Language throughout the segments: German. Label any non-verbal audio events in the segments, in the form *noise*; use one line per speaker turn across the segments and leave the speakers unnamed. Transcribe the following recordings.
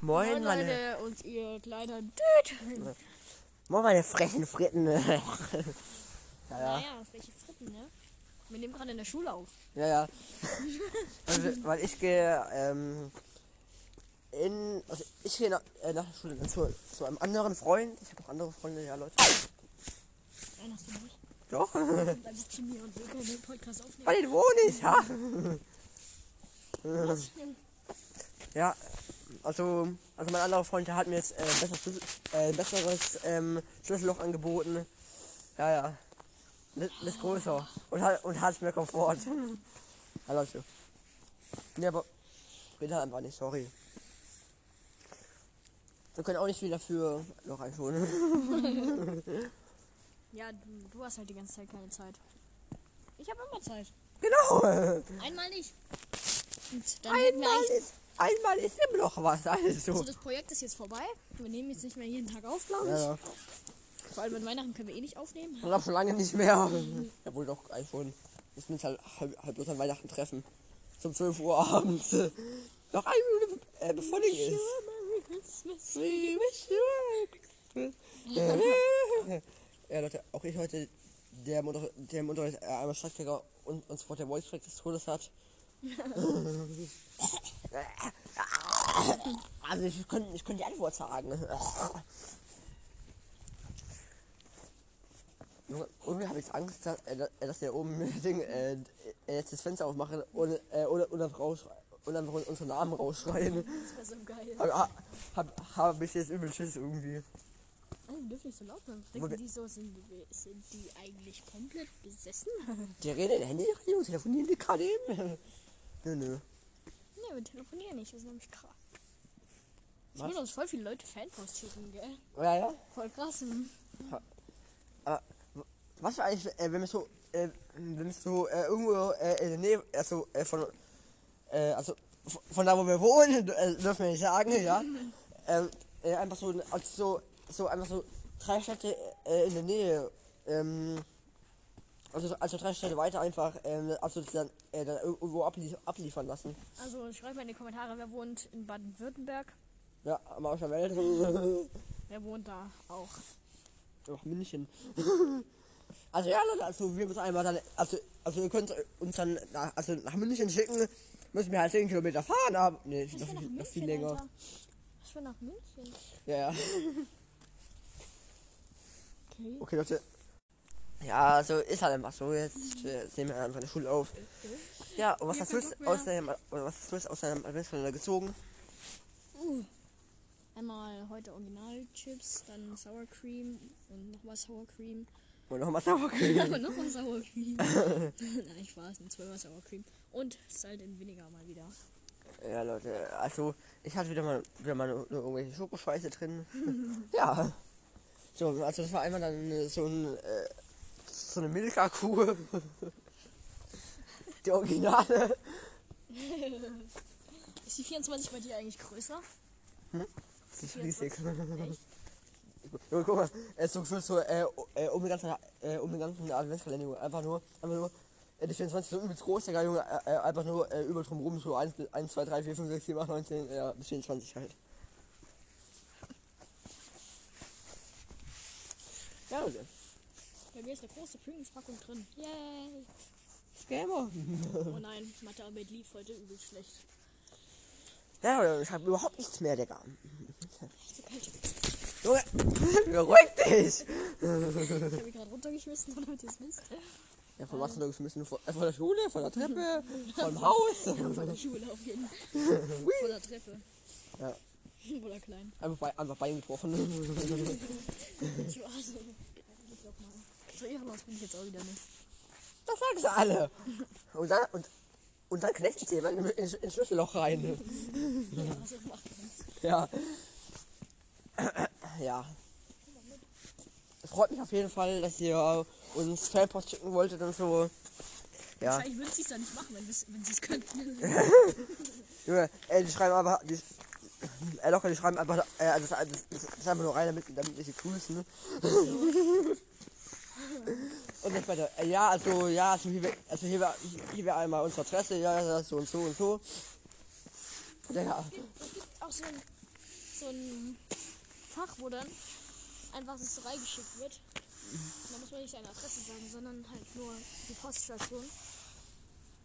Moin,
Moin
meine,
Leute und ihr kleiner Dude.
moin, meine frechen Fritten. *laughs* ja.
Naja, welche Fritten, ne? Wir nehmen gerade in der Schule auf.
ja, ja. Also, weil ich gehe, ähm, in, also ich gehe nach, äh, nach der Schule dann zu, zu einem anderen Freund. Ich habe noch andere Freunde, ja, Leute.
Erinnerst du mich?
*laughs* Doch, bei
Da sitzt Timmy und wir können den Podcast aufnehmen.
den wohne ich, ja. Ja, also, also mein anderer Freund der hat mir jetzt äh, besser, Schlüssel- äh, besseres ähm, Schlüsselloch angeboten. Ja, ja. Das ist größer. Und hat, und hat mehr *laughs* Komfort. Hallo. Leute. Nee, aber geht halt einfach nicht, sorry. Wir können auch nicht wieder für Loch einschonen.
Ja, du, du hast halt die ganze Zeit keine Zeit. Ich habe immer Zeit.
*laughs* genau.
Einmal nicht. Und dann hätten wir
Einmal
eigentlich-
ist, einmal ist im Loch was,
also
also.
das Projekt ist jetzt vorbei. Wir nehmen jetzt nicht mehr jeden Tag auf, glaube ich.
Ja, ja.
Vor allem an Weihnachten können wir eh nicht aufnehmen.
Ich glaube schon lange nicht mehr. Ja, wohl doch, eigentlich schon. Ich muss halt halb, halb bloß an Weihnachten treffen. Zum 12 Uhr abends. Noch eine Minute äh, bevor Ding ist. We wish you a Merry Christmas. *laughs* ja, Leute, auch ich heute, der im Unter- der im Unterricht äh, einmal Schlagzeuger und, und sofort der Voice Track des Todes hat. *laughs* also, ich könnte ich könnte die Antwort sagen. Junge, irgendwie habe ich Angst, dass, äh, dass- äh, dass wir oben *laughs* mit Ding, äh, äh, jetzt das Fenster aufmachen und, äh, oder, oder, rausschrei- und einfach unsere Namen rausschreien.
Das wäre so geil.
Aber ah, hab, hab ich jetzt übel Schiss irgendwie.
Oh, die dürfen nicht so laut sein.
Wobei-
Denken die so, sind, die- sind die eigentlich komplett besessen? ne,
Die reden in Handy rein und telefonieren die gerade eben. *laughs* Nö, nö.
wir telefonieren nicht, das ist nämlich krass. Es
Was?
würden uns voll viele Leute Fanpost schicken, gell?
Ja, ja.
Voll krass. hm?
Aber Äh, w- was war eigentlich, äh, wenn wir so, äh, wenn wir so äh, irgendwo äh, in der Nähe, also äh, von, äh, also v- von da, wo wir wohnen, d- äh, dürfen wir nicht sagen, *laughs* ja. Ähm, äh, einfach so, also so, so einfach so drei Städte äh, in der Nähe. Ähm, also, also drei Städte weiter einfach, ähm, also dann, äh, dann irgendwo ablie abliefern lassen.
Also schreibt mal in die Kommentare, wer wohnt in Baden-Württemberg?
Ja, am Arsch der Welt. *laughs*
Wer wohnt da auch?
Ach, München. *laughs* also ja, Leute, also wir müssen einmal dann, also, also ihr könnt uns dann nach, also nach München schicken, müssen wir halt 10 Kilometer fahren, aber nee,
Ich
noch,
will nach
viel-
München,
noch viel länger.
Alter. Ich will nach München.
Ja, ja.
Okay.
*laughs* Okay, Leute. Ja, also ist halt einfach so, jetzt äh, jetzt nehmen wir einfach eine Schule auf. Ja, und was
Hier
hast du
kein
jetzt
Bock mehr.
aus deinem, oder was hast du jetzt aus deinem Adventskalender gezogen?
Einmal heute Originalchips, dann Sour Cream und nochmal Sour
*laughs*
Cream. *laughs*
Und nochmal Sauerkrieg.
Aber nochmal Sour Cream. *laughs* Nein, Spaß, ein zweimal Sour Cream. Und Salt in Vinegar mal wieder.
Ja, Leute, also ich hatte wieder mal, wieder mal nur irgendwelche Schokoscheiße drin. *laughs* ja. So, also das war einmal dann äh, so ein, äh, so eine Milka-Kuh. *laughs* Die Originale.
Ist die 24 bei dir eigentlich größer?
Das ist riesig.
Echt?
Junge, guck mal, es ist so gefühlt so äh, äh, um den ganzen, äh, um den ganzen Adventskalender, Junge. Einfach nur, einfach nur, äh, die 24 so übelst groß, Digga, Junge. Äh, äh, einfach nur äh, übel drumrum, so 1, 1, 2, 3, 4, 5, 6, 7, 8, 9, 10, ja, bis 24 halt. Ja, Leute.
Bei mir ist eine große Pringles-Packung drin. Yay!
Scammer.
Oh nein, Mathe-Arbeit lief heute übelst schlecht.
Ja, Leute, ich hab überhaupt nichts mehr, Digga.
Ich hab halt
Junge, *laughs* beruhig dich!
mich gerade runtergeschmissen, von heute ist Mist.
Ja, von was hast du geschmissen? Von, äh, von der Schule, von der Treppe, vom Haus.
Von der Schule auf jeden Fall.
*laughs*
Von der Treppe.
Ja.
Von der Kleinen.
*laughs* Einfach, bei, einfach Bein gebrochen.
Ich war so. Ich glaub mal. So ehrenlos bin ich jetzt auch wieder nicht.
*laughs* Das sagen sie alle. Und dann, und, und dann knechtet sie jemanden ins, ins Schlüsselloch rein. *laughs*
Ja, was soll ich machen?
Ja. *clears throat* Ja. Es freut mich auf jeden Fall, dass ihr uns Fanpost schicken wolltet und so. Ja.
Wahrscheinlich würden sie es dann nicht machen, wenn, wir's- wenn sie es könnten.
*laughs* Junge, ey, die schreiben aber. Die, äh, locker, die schreiben einfach. Äh, das, das, das ist einfach nur rein, damit, damit wir sie grüßen. und nicht weiter. Äh, ja, also, ja, also hier, wär- also hier, wär- hier wäre einmal unsere Adresse, ja, ja, so und so und so. Ja,
Es gibt auch so ein so ein Fach, wo dann einfach das reingeschickt wird. Da muss man nicht seine Adresse sagen, sondern halt nur die Poststation.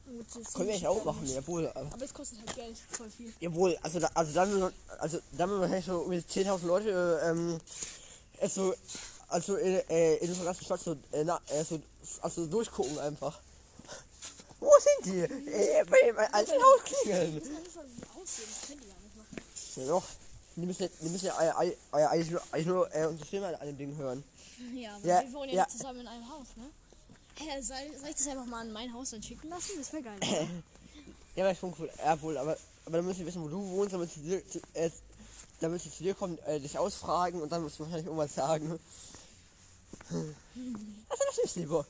Und das
Können wir eigentlich auch
hingeschickt
machen, äh,
werden muss.
jawohl. aber-
Aber es kostet halt Geld, voll viel.
Jawohl, also, da, also dann, also dann würden wahrscheinlich so um die 10.000 Leute, ähm, es so, also in, äh, in unserer ganzen Stadt so, äh, na, äh, so, also durchgucken einfach. *laughs* Wo sind die? Äh, bei dem alten Haus klingeln.
Das kann nicht von aussehen, das könnt ihr ja nicht machen.
Ja, doch. Die müssen, ja- die müssen ja ei- ei- ei- eigentlich nur, eigentlich nur äh, unsere Stimme an einem Ding hören.
Ja, aber
Ja,
wir wohnen ja,
ja.
nicht zusammen in einem Haus, ne? Hä, soll, soll ich das einfach mal an mein Haus dann schicken lassen? Das wäre geil.
*laughs*
oder?
Ja, das ist schon cool. Ja, wohl, aber, aber dann müssen wir wissen, wo du wohnst, damit sie, dir- zu- äh, damit sie zu dir kommen, äh, dich ausfragen und dann musst du wahrscheinlich irgendwas sagen. *laughs* Also das ist lieber.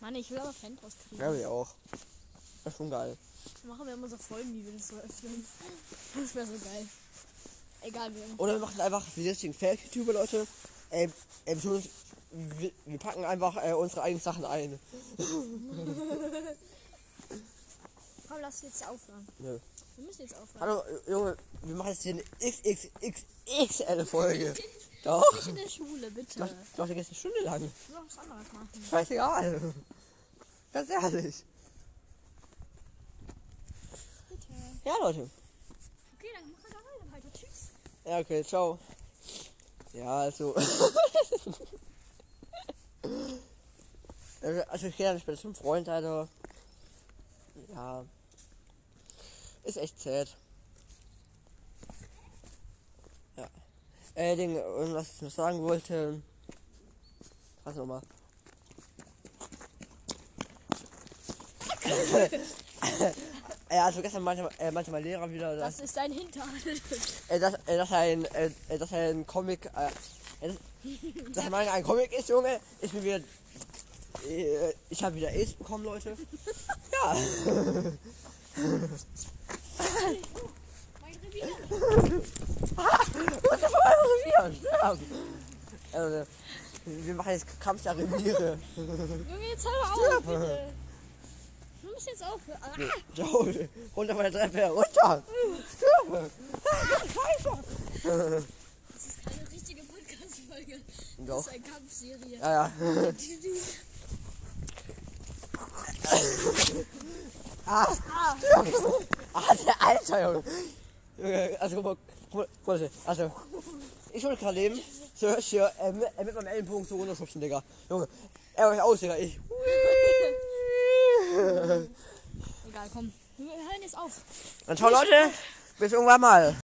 Mann, ich will aber Fan draus kriegen.
Ja, wir auch. Das ist schon geil.
Dann machen wir immer so Folgen, wie wir das so öffnen. Das wäre so geil. Egal, wir.
Oder wir machen einfach wie jetzt den Fake-YouTuber, Leute. Äh, äh, wir, tun uns- wir, wir packen einfach äh, unsere eigenen Sachen ein.
Komm, lass jetzt aufhören.
Nö.
Wir müssen jetzt
Ne.
aufhören.
Hallo, Junge, wir machen jetzt hier eine XXXXL-Folge. Doch.
Nicht in der Schule, bitte.
Doch, doch, die ganze Stunde lang.
Wir wollen was anderes machen.
Scheißegal. Ganz ehrlich.
Bitte.
Ja, Leute.
Okay, dann machen wir weiter heute. Tschüss.
Ja, okay, ciao. Ja, also. *laughs* also, ich gehe ja nicht mehr zum Freund, Alter. Ja. Ist echt sad. Ja. Äh, Ding, und was ich noch sagen wollte. Was *laughs* nochmal? äh, also gestern meinte, äh, meinte mein Lehrer wieder, dass
Das ist dein Hintern.
äh, dass, äh, dass er ein, äh, äh, dass er ein Comic, äh, äh, dass- dass er mal ein Comic ist, Junge. Ich bin wieder, äh, ich habe wieder Aids bekommen, Leute. Ja,
mein Revier.
was ist eure Revier? Sterben. Also, wir machen jetzt Kampf der Reviere.
Junge, jetzt hör auf, bitte. Wir müssen jetzt aufhören. Ah,
Joel, runter von der Treppe, runter. Sterbe. Ah, Scheiße.
das ist keine richtige Podcast-Folge.
Doch.
Das ist eine Kampfserie. *laughs*
Ja, ja. Ah, der Alter, Junge. Junge, *laughs* Also, guck mal, guck mal, guck mal, Leute, also, ich wollte gerade leben, so hörst hier, äh, mit, äh, mit meinem Ellenbogen so runterschubsen, Digga. Junge, er euch aus, Digga, ich.
Egal, komm. Wir hören jetzt auf.
Dann ciao, Leute, bis irgendwann mal.